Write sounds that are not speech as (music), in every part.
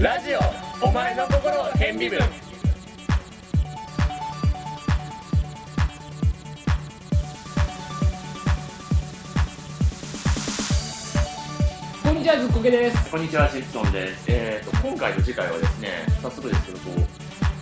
ラジオお前の心を天秤分こんにちは、ずっこけです。こんにちはシッソンですえー、と今回の次回はですね早速ですけどこう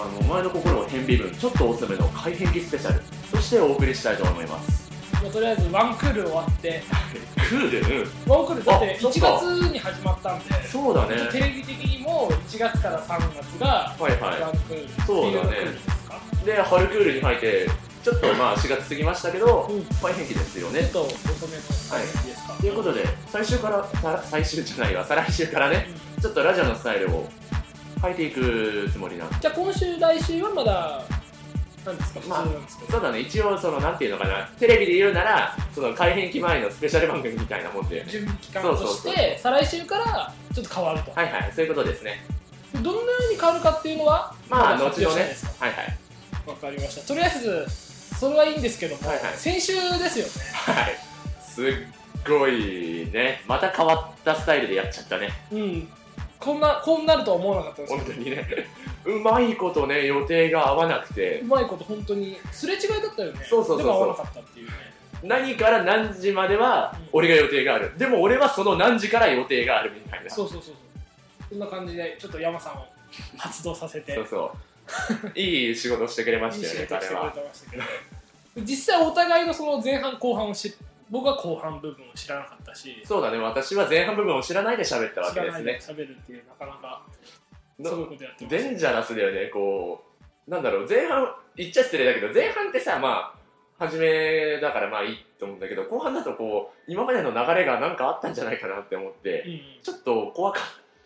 あのお前の心を天秤分ちょっとおすすめの改変期スペシャルとしてお送りしたいと思いますまあとりあえずワンクール終わって、クール、うん、ワンクールだってあそ1っ月かに始まったんで、そうだねテレビ的にも1月から3月がはいはいワンクールっていうそうだねクールですか。で春クールに入ってちょっとまあ4月過ぎましたけどうん改変期ですよちょっねと遅めの感じですか。ということで最終からさ最終じゃないわ再来週からねうんちょっとラジオのスタイルを変えていくつもりなんでじゃあ今週、来週はまだ、なんですか、普通まあなんですけど。そうだね、一応そのなんていうのかな、テレビで言うなら、その改変期前のスペシャル番組みたいなもんだよね。準備期間としそてうそうそう再来週からちょっと変わると、はいはい、そういうことですね。どんなように変わるかっていうのはまあ、まだ後発表のしないでねすか、はいはい。わかりましたとりあえずそれはいいんですけども、はいはい先週ですよねはい。すっごいね、また変わったスタイルでやっちゃったね。うん、こんなこうなるとは思わなかったです本当にね。うまいことね、予定が合わなくてう、まいこと本当にすれ違いだったよねそうそうそうそうでも合わなかったっていうね何から何時まではうん俺が予定がある。でも俺はその何時から予定があるみたいな。そうそうそうそうそんな感じでちょっと山さんを発動させてそうそう。いい仕事してくれまいしいたよ仕ね、事彼してくれは。てましたけど実際お互いのその前半後半を知僕は後半部分を知らなかったしそうだね、私は前半部分を知らないで喋ったわ知けらでなすいねで。喋るっていうなかなかのすごいことやってましたデンジャラスだよね、こう、なんだろう、前半、言っちゃ失礼だけど、前半ってさ、まあ、初めだからまあいいと思うんだけど、後半だとこう、今までの流れがなんかあったんじゃないかなって思って、うんうんちょっと怖かっ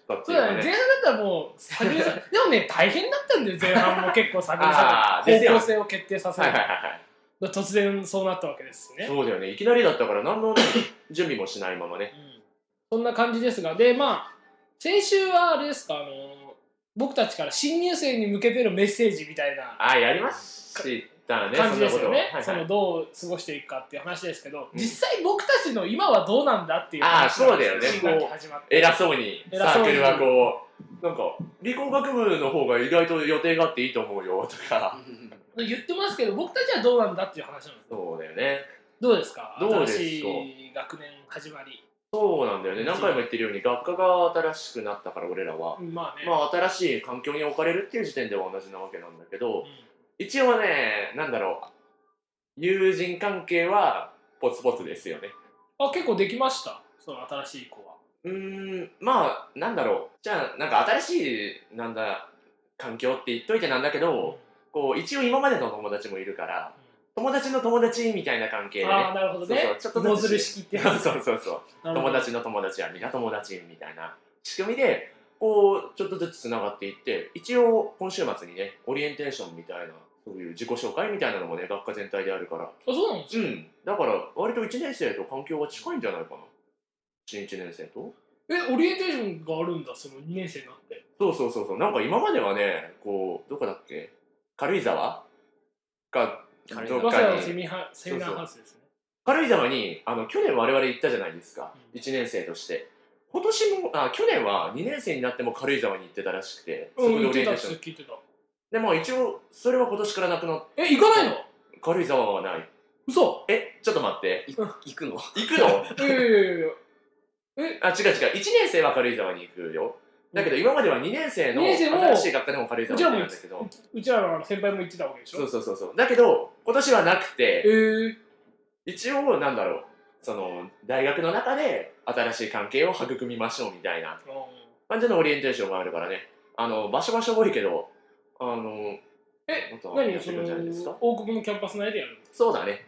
たってそいううかだね、前ね。半だったらもう (laughs) 探り探りでもね大変だったんだよ前半も結構探りあー探でりすよ方向性を決定させはるいはいはいはい。突然そうなったわけですねそうだよね、いきなりだったから何のね準備もしないままね。そんな感じですが、で、まあ、先週はあれですか、あの僕たちから新入生に向けてのメッセージみたいなああ、やりましたね、感じでそんなすことよをね、はいそはのい、どう過ごしていくかっていう話ですけど、うん実際僕たちの今はどうなんだっていうあー話なんそうだよね新学期始まって。偉そうに、サ偉そうーにクルはこう、なんか、理工学部の方が意外と予定があっていいと思うよと (laughs) か、言ってますけど、僕たちはどうなんだっていう話なんです。そうだよね。どうですかどうですか新しい学年始まり。そうなんだよね何回も言ってるように学科が新しくなったから俺らは、まあね。まあ新しい環境に置かれるっていう時点では同じなわけなんだけどう一応ねなんだろう友人関係はポツポツですよねんあ結構できました、その新しい子は。うーんまあなんだろうじゃあなんか新しいなんだ環境って言っといてなんだけどこう一応今までの友達もいるから友達の友達みたいな関係でああ、ねなるほどね。そうそうちょっとノずつズル式ってや (laughs) そうつ。そうそうそうなるほ友ど達の友達は皆友達みたいな仕組みでこうちょっとずつつながっていって一応今週末にねオリエンテーションみたいなそういう自己紹介みたいなのもね学科全体であるからあそうなんですうか、んだから割と1年生と環境が近いんじゃないかな新1年生とえオリエンテーションがあるんだその2年生になってそうそうそうそうなんか今まではねこうどこだっけ軽井沢か軽井ど沢っか早稲田のセにミハセミナーハウスですね軽井沢にあの去年我々行ったじゃないですかうん1年生として今年もあ去年は2年生になっても軽井沢に行ってたらしくてそこうんで言オっリエてンテたーショっンて聞いてたでも一応それは今年からなくなっえ行かないの軽井沢はない (laughs) 嘘えちょっと待って行くの行くのいやいやいやいやあ違う違う1年生は軽井沢に行くよだけど今までは2年生の二年生も新しい学科でも軽井沢に行ってたんだけどうちらの先輩も言ってたわけでしょそうそうそうそうだけど今年はなくえてー、一応なんだろうその大学の中で新しい関係を育みましょうみたいなあ感じのオリエンテーションがあるからねあの場所はしょぼいけどあのえもっーとや何っそてくんじゃないですかの王国のキャンパス内でやるそうだね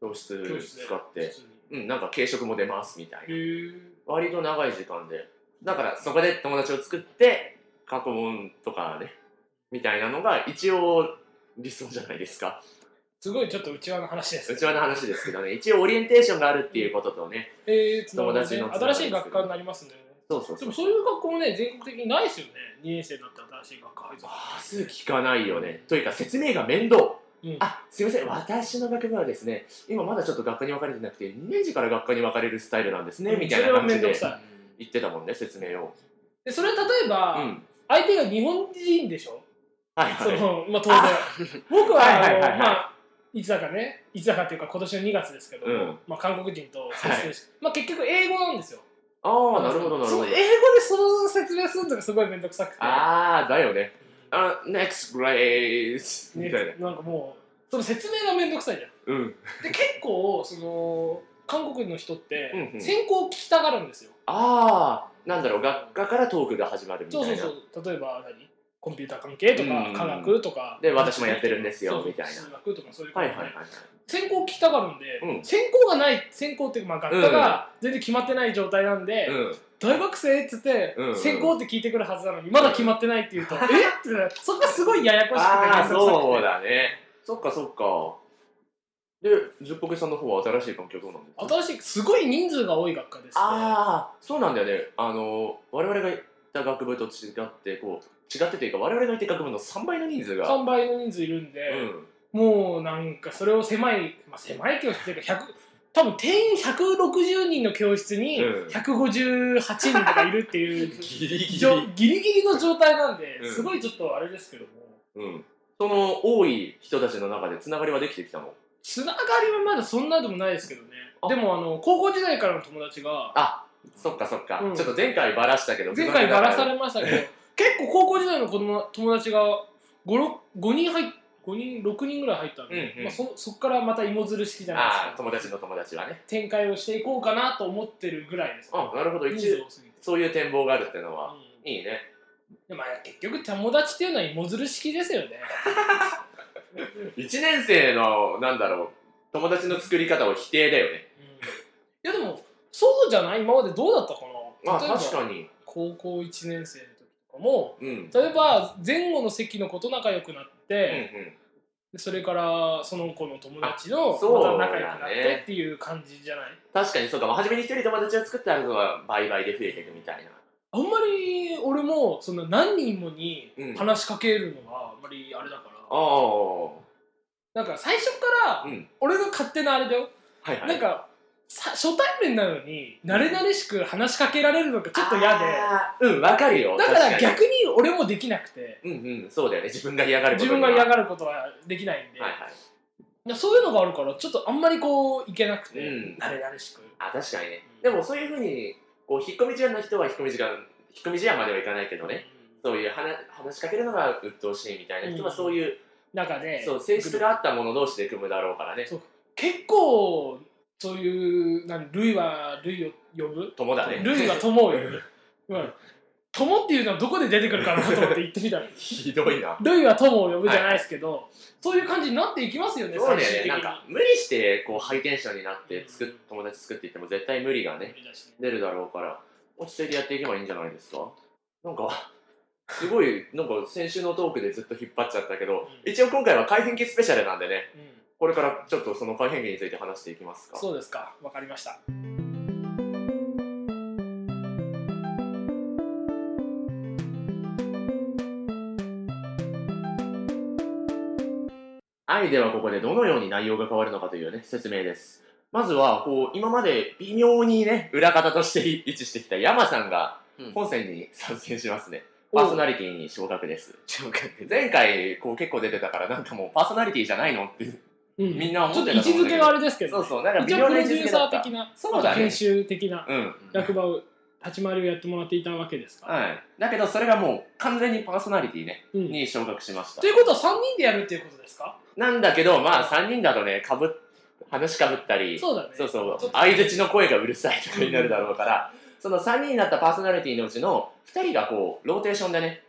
教室の教室で使って普通にうんなんか軽食も出ますみたいなえー、割と長い時間でだからそこで友達を作って過去問とかねみたいなのが一応理想じゃないですかすごいちょっと内輪の話ですうちわの話ですけどね一応オリエンテーションがあるっていうこととねえー、つながり友ね達のつながり新しい学科になりますんでねそうそうでそうもそういう学校もね全国的にないですよね2年生になって新しい学科入って多数聞かないよねというか説明が面倒うんあすいません私の学部はですね今まだちょっと学科に分かれてなくて2年次から学科に分かれるスタイルなんですねみたいな感じそれは面で倒くさい言ってたもんね説明をでそれは例えば、うん相手が日本人でしょ、はいはそい。のまあ、当然僕ははいあはいのはいはいまあいつだかねいつだかっていうか今年の2月ですけど、うんまあ、韓国人と接するし、まあ、結局英語なんですよああ、なるほど、なるそほのど英語。でその説明するのがすごい面倒くさくてああ、だよね。あ、next grace みたいなね。なんかもうその説明が面倒くさいじゃんうん。で結構その韓国の人ってうんうん先行を聞きたがるんですよ、ああ、なんだろう、学科からトークが始まるみたいそうな。そうそう例えば何コンピューター関係とうかん科学とかで私もやってるんですよそうそうみたいな数学とかそういうはいはいはいはい。専攻聞きたがるんで、うん専攻がない専攻っていうかまあ学科が全然決まってない状態なんで、うん。大学生っつって、うんうん専攻って聞いてくるはずなのにまだ決まってないって言うと、えってなそこがすごいややこしくてああ、面倒くさくてそうだね。そっかそっか。で、ずっぽけさんの方は新しい環境どうなんですか新しいすごい人数が多い学科ですねああ、そうなんだよね。あの、我々が行った学部と違って、こう、違ってというか、我々が行った学部の3倍の人数が。 3倍の人数いるんで、うん。もうなんかそれを狭い、まあ、狭い教室っていうか100多分定員160人の教室にうん158人とかいるっていう (laughs) ギリじょギリギリの状態なんでうんすごいちょっとあれですけどもうん。その多い人たちの中でつながりはできてきたのつながりはまだそんなでもないですけどねあでもあの高校時代からの友達があそっかそっか、うんちょっと前回バラしたけど前回バラさるれましたけど結構高校時代の子供友達が 5, 5人入っ5人6人ぐらい入ったんで、うんうんまあ、そそこからまた芋づる式じゃないであすかあ友達の友達はね展開をしていこうかなと思ってるぐらいです、あなるほど人数一応多すぎて、そういう展望があるってのうは、んいいねでもまあ結局友達っていうのは芋づる式ですよね1年生のなんだろう友達の作り方を否定だよねうんいやでもそうじゃない今までどうだったかまなあ例えば確かに高校1年生の時とかもうん例えば前後の席の子と仲良くなっうんうて、んでそれからその子の友達のあそうだまねた仲良くなってっていう感じじゃない確かにそうか、まあ、初めに一人友達を作ったあとは倍々で増えていくみたいなあんまり俺もその何人もに話しかけるのがあんまりあれだから、あなんか最初からあうん俺が勝手なあれだよ、はいはいなんかさ初対面なのに慣れ慣れしく話しかけられるのがちょっと嫌であーうんわかるよだから確かに逆に俺もできなくてうんうんそうだよね自分が嫌がること自分が嫌ががることはできないんで、はいはいいやそういうのがあるからちょっとあんまりこういけなくて、うん慣れ慣れしくあ確かにねうんでもそういうふうにこう引っ込み思案な人は引っ込み思案引っ込み思案まではいかないけどねそういう話話しかけるのが鬱陶しいみたいな人はうんそういう,、中でそう性質があったもの同士で組むだろうからねそう結構そういうなん類は類を呼ぶ友だね類は友を呼ぶ、うん、友っていうのはどこで出てくるかなと思って言ってみたら (laughs) ひどいな類は友を呼ぶじゃないですけど、そういう感じになっていきますよねそう最終だよ的ねになんか無理してこうハイテンションになって作っ友達作っていっても絶対無理がね無理だしね出るだろうから落ち着いてやっていけばいいんじゃないですかなんかすごいなんか先週のトークでずっと引っ張っちゃったけどうん一応今回は改変期スペシャルなんでねうんこれからちょっとその改変期について話していきますかそうですか、わかりました。はい、ではここでどのように内容が変わるのかというね、説明です。まずは、こう、今まで微妙にね、裏方として位置してきた山さんがうん、本戦に参戦しますね。おうパーソナリティに昇格です。聴覚で前回、こう結構出てたから、なんかもうパーソナリティじゃないのって。うんみんなち思ょっっとて位た置と思うんだづけけどはあれですけそど、うそう、なんか微一応妙プな位ロ置デュづーけサだーった。的な、そうだね編集的なうん。役場を立ち回りをやってもらっていたわけですか。はい。だけど、それがもう完全にパーソナリティね、うんに昇格しましたと。いうことは3人でやるっていうことですかなんだけど、まあ、3人だとね、かぶっ、話かぶったり、そうだね。そうそうちょっと相づちの声がうるさいとかになるだろうから、その3人になったパーソナリティのうちの2人がこうローテーションでね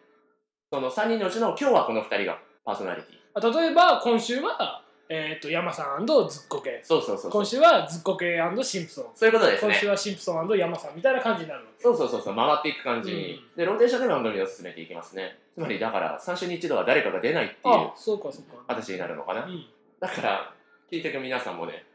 その3人のうちの今日はこの2人がパーソナリティあ例えば今週は、えー、と山さんずっこけ。そうそうそうそう今週はずっこけシンプソン。そういうことです今週ねはシンプソン山さんみたいな感じになるわけそうそうそうそう回っていく感じに、うでローテーションで番組を進めていきますねつまりだから3週に1度は誰かが出ないっていうあそうかそうか。形になるのかな、うんだから聞いてく皆さんもね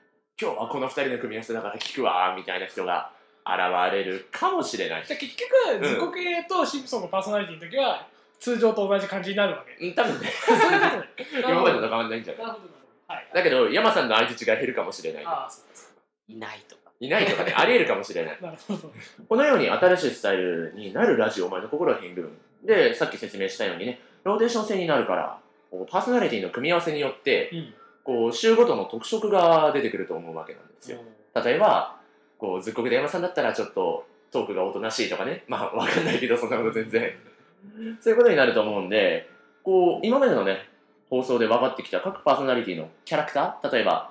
今日はこの2人の組み合わせだから聞くわーみたいな人が現れるかもしれないじゃあ結局、ずっこけとシンプソンのパーソナリティの時は通常と同じ感じになるわ (laughs) け。うん多分ねそういうことね。今までと変わんないんじゃないなるほど、なるほど。はい。だけど、山さんの相槌が減るかもしれない。ああ、そうです。いないとかいないとかね、あり得るかもしれない。なるほど。このように新しいスタイルになるラジオ、お前の心は変分。で、さっき説明したようにね、ローテーション制になるから、こうパーソナリティの組み合わせによって、うんこう、週ごとの特色が出てくると思うわけなんですよ。例えばこうずっこけで山さんだったらちょっとトークがおとなしいとかねまあわかんないけどそんなこと全然そういうことになると思うんでこう今までのね放送で分かってきた各パーソナリティのキャラクター例えば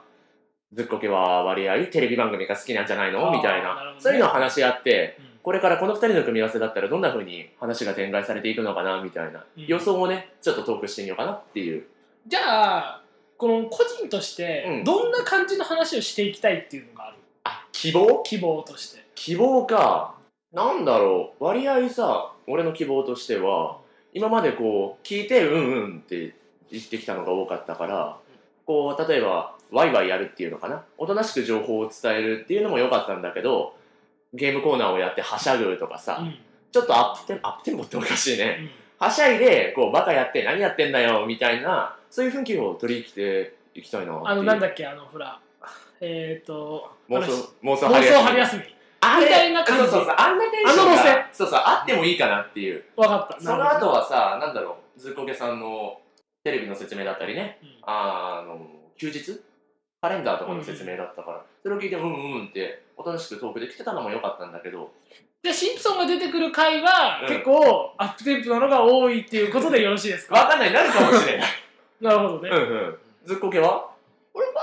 ずっこけは割合テレビ番組が好きなんじゃないのあーみたいななるほどねそういうのを話し合ってうんこれからこの2人の組み合わせだったらどんな風に話が展開されていくのかなみたいな、うん予想をねちょっとトークしてみようかなっていうじゃあこの個人としうてんどんな感じの話をしていきたいっていうのがある、あ希望希望として希望かなんだろう割合さ俺の希望としては今までこう聞いてうんうんって言ってきたのが多かったからこう例えばワイワイやるっていうのかなおとなしく情報を伝えるっていうのも良かったんだけどゲームコーナーをやってはしゃぐとかさ、うんちょっとアップテンアップテンポっておかしいねうんはしゃいでこうバカやって何やってんだよみたいなそういう雰囲気を取り入れていきたいなっていうあのなんだっけあのほらえっ、ー、と妄あの想妄想妄想春み休みあみれたいな感じそうそうそうあんなテンションあの路線そうそうあってもいいかなっていう分かったその後はさなんだろうずっこけさんのテレビの説明だったりねうんあの休日カレンダーとかの説明だったから、それを聞いてうんうんっておとなしくトークできてたのも良かったんだけどでシンプソンが出てくる回は、うん結構アップテンプなのが多いっていうことでよろしいですわかかんないなるかもしれ (laughs) ないなるほどね、うんうんずっこけは俺はま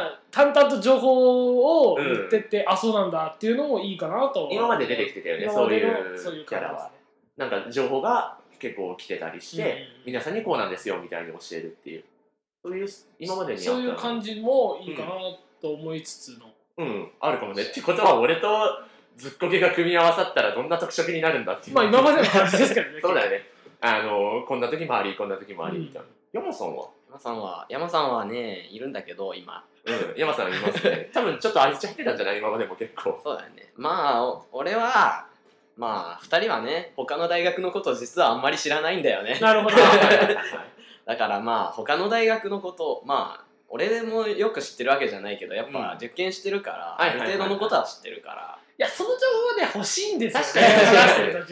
あ淡々と情報を言ってって、あそうなんだっていうのもいいかなと今まで出てきてたよね今そまうでいのそういううキ感ャじラはなんか情報が結構来てたりしですねて、皆さんにこうなんですよみたいに教えるっていうそういう今までにあったそういう感じもいいかなと思いつつの、うん、あるかもね。ってことは、俺とずっこけが組み合わさったらどんな特色になるんだっていう。まあ今までの話ですけど (laughs) ねそうだよね。あのこんな時もあり、こんな時もありみたいな。山さんは山さんは山さんはねいるんだけど今うん、山さんいます (laughs) ね。多分ちょっとあいつ入ってたんじゃない今までも結構。そうだよねまあお俺はまあ2人はね他の大学のことを実はあんまり知らないんだよね (laughs) なるほどだからまあ他の大学のことまあ俺でもよく知ってるわけじゃないけどやっぱうん受験してるから、はいはいはいある程度のことは知ってるからいやその情報はね欲しいんですよね確かに話してる途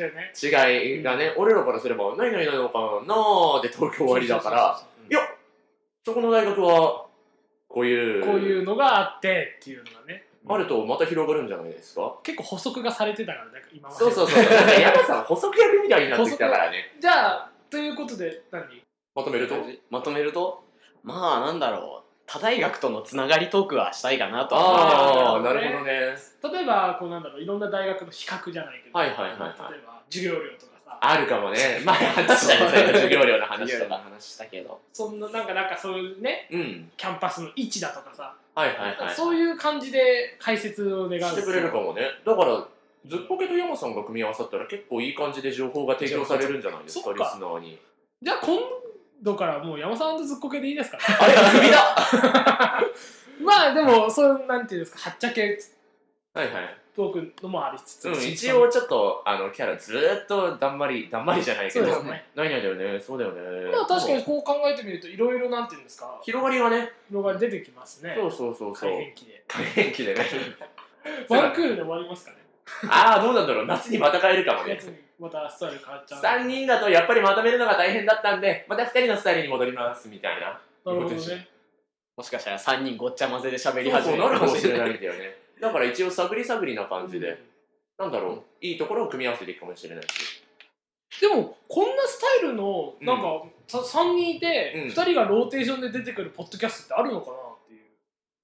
中 (laughs) ね違いがね、俺らからすれば、ないないないのかなーで東京終わりだから、そうそういや、そこの大学は、こういそうう、こういうのがあってっていうのがねあるとまた広がるんじゃないですか。結構補足がされてたからね今までそうそう (laughs) そう。なんか山さん、補足役みたいになってきたからね。じゃあということで何まとめると。まとめるとまあなんだろう他大学とのつながりトークはしたいかなとは思うああ、ななるるほほどね。例えばこうなんだろういろんな大学の比較じゃないけど、はいはいはいはい例えば授業料とかさあるかも (laughs) ね。まあ、話したりそう授業料の話話とか。話したけどそんななんかなんかそういうねうん。キャンパスの位置だとかさ、はいはいはい。そういう感じで解説を願うしてくれるかもね。だから、ずっぽけと山さんが組み合わさったら結構いい感じで情報が提供されるんじゃないですそか、っリかスナーに。じゃあ今度からもう山さんとずっこけでいいですか、 (laughs) ね、あれが首だまあでもそうなんていうんですかはっちゃけはいはい。トークのもありつつ、うん、一応ちょっと、あの、キャラずーっとだんまり、だんまりじゃないけそうど、でなすいねないだよね、そうだよね。まあ確かに。こう考えてみるといろいろなんていうんですか広がりはね、広がり出てきますねそうそうそうそう改。変期で改変期でね。ワンクールで終わりますかねああ、どうなんだろう、夏にまた帰るかもやねつ。にまたスタイル変わっちゃう3人だとやっぱりまとめるのが大変だったんでまた2人のスタイルに戻りますみたいななるほどねもしかしたら3人ごっちゃ混ぜで喋りそう始そうめなるるかかももししれれなないいんだよねだから一応探り探りな感じで、なんだろう、うんいいところを組み合わせていくかもしれないしでもこんなスタイルのなんか、さ3人いて、うん2人がローテーションで出てくるポッドキャストってあるのかなっていう、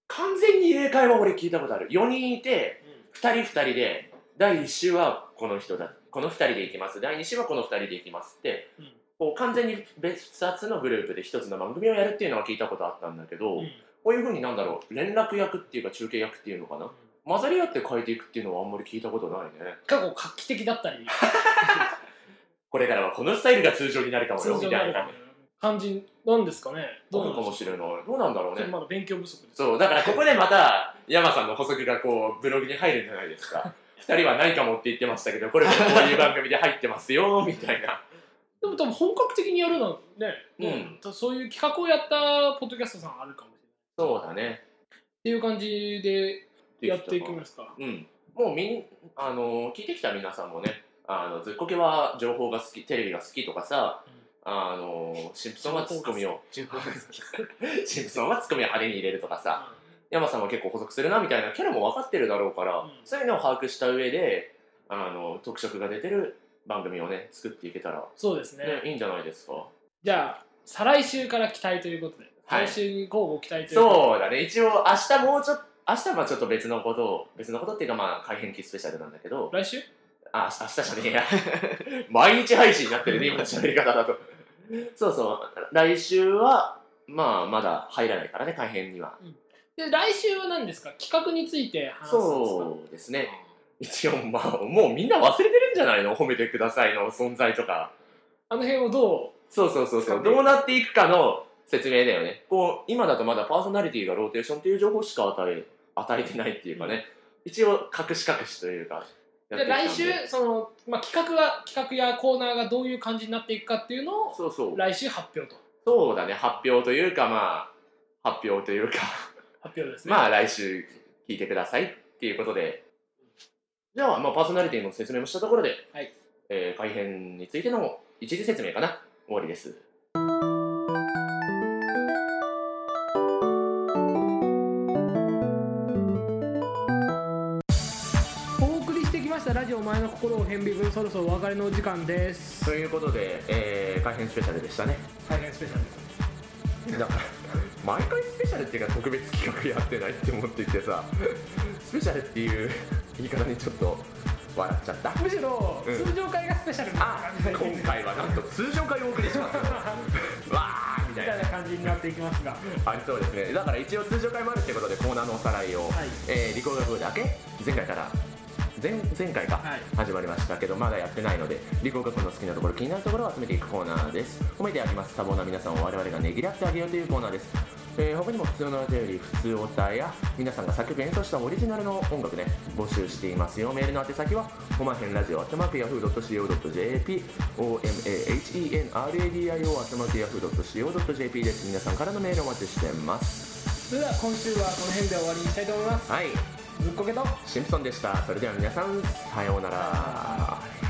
完全に入れ替えは俺聞いたことある4人いて2人2人で第1週はこの人だこの2人で行きます第2週はこの2人で行きますってうんこう完全に別々のグループで1つの番組をやるっていうのは聞いたことあったんだけど、うんこういうふうになんだろう連絡役っていうか中継役っていうのかな混ざり合って変えていくっていうのはあんまり聞いたことないね過去画期的だっ (laughs) たりこれからはこのスタイルが通常になるかも通よ常みになたるいな感じなんですかねどどうなうのなんかでもししれないどうなんだろうょうねまだ勉強不足ですそうだからここでまた山さんの補足がこうブログに入るんじゃないです (laughs) か二人はないかもって言ってましたけどこれもこういう番組で入ってます (laughs) よみたいなでも多分本格的にやるのはね、うん多分そういう企画をやったポッドキャストさんあるかもしそうだねれないっていう感じでやっていきますかうんもうみんあの聞いてきた皆さんもねあのずっこけは情報が好きテレビが好きとかさ、うんあのシンプソンはツッコミを (laughs) 情報が好きシンプソンはツッコミを派手に入れるとかさ山さんは結構補足するなみたいなキャラも分かってるだろうから、うんそういうのを把握した上であの特色が出てる番組をね作っていけたら、そうですねねいいんじゃないですかじゃあ再来週から期待ということではい来週に交互期待ということそうだね一応明日もうちょっと明日はちょっと別のことを別のことっていうかまあ改変期スペシャルなんだけどで、来週あ明日じゃねえや (laughs) 毎日配信になってるね今の喋り方だとそうそう来週はまあまだ入らないからね改変にはで来週は何ですか企画について話すんですかそうですね一応まあもうみんな忘れてるんじゃないの褒めてくださいの存在とかあの辺をどそうそうそうそう。そうねどうなっていくかの説明だよね。こう、今だとまだパーソナリティがローテーションっていう情報しか与え、与えてないっていうかね。一応、隠し隠しというか。うやってきでたん来週その、まあ、企画は企画やコーナーがどういう感じになっていくかっていうのをそうそう。来週発表とそうだね。発表というか、まあ、発表というか、発表ですね、まあ、来週聞いてくださいっていうことで。じゃあ、まあ、パーソナリティの説明もしたところで、はいえー改編についての一時説明かな。終わりです。お送りしてきましたラジオ前の心を変微分そろそろお別れのお時間ですということで、えー改編スペシャルでしたね。大変スペシャルですだから毎回スペシャルっていうか特別企画やってないって思っていてさスペシャルっていう言い方にちょっと笑っちゃったむしろうん通常会がスペシャルみたいなあ感じで今回はなんと通常回お送りしますよわーみみたいたいなな感じになっていきますがありそうですねだから一応通常回もあるってことでコーナーのおさらいを、はいえー理工学部だけ前回から前前回か、はい始まりましたけどまだやってないので理工学部の好きなところ気になるところを集めていくコーナーです褒めてあげます多忙な皆さんを我々がねぎらってあげようというコーナーです、えー他にも普通のお便り普通お便りや皆さんが作曲演奏したオリジナルの音楽ね募集していますよメールの宛先はほまへんラジオアットマークヤフー .co.jp omahenradio アットマークヤフー .co.jp です皆さんからのメールお待ちしてますそれでは今週はこの辺で終わりにしたいと思いますはいぶっこけとシンプソンでしたそれでは皆さんさようなら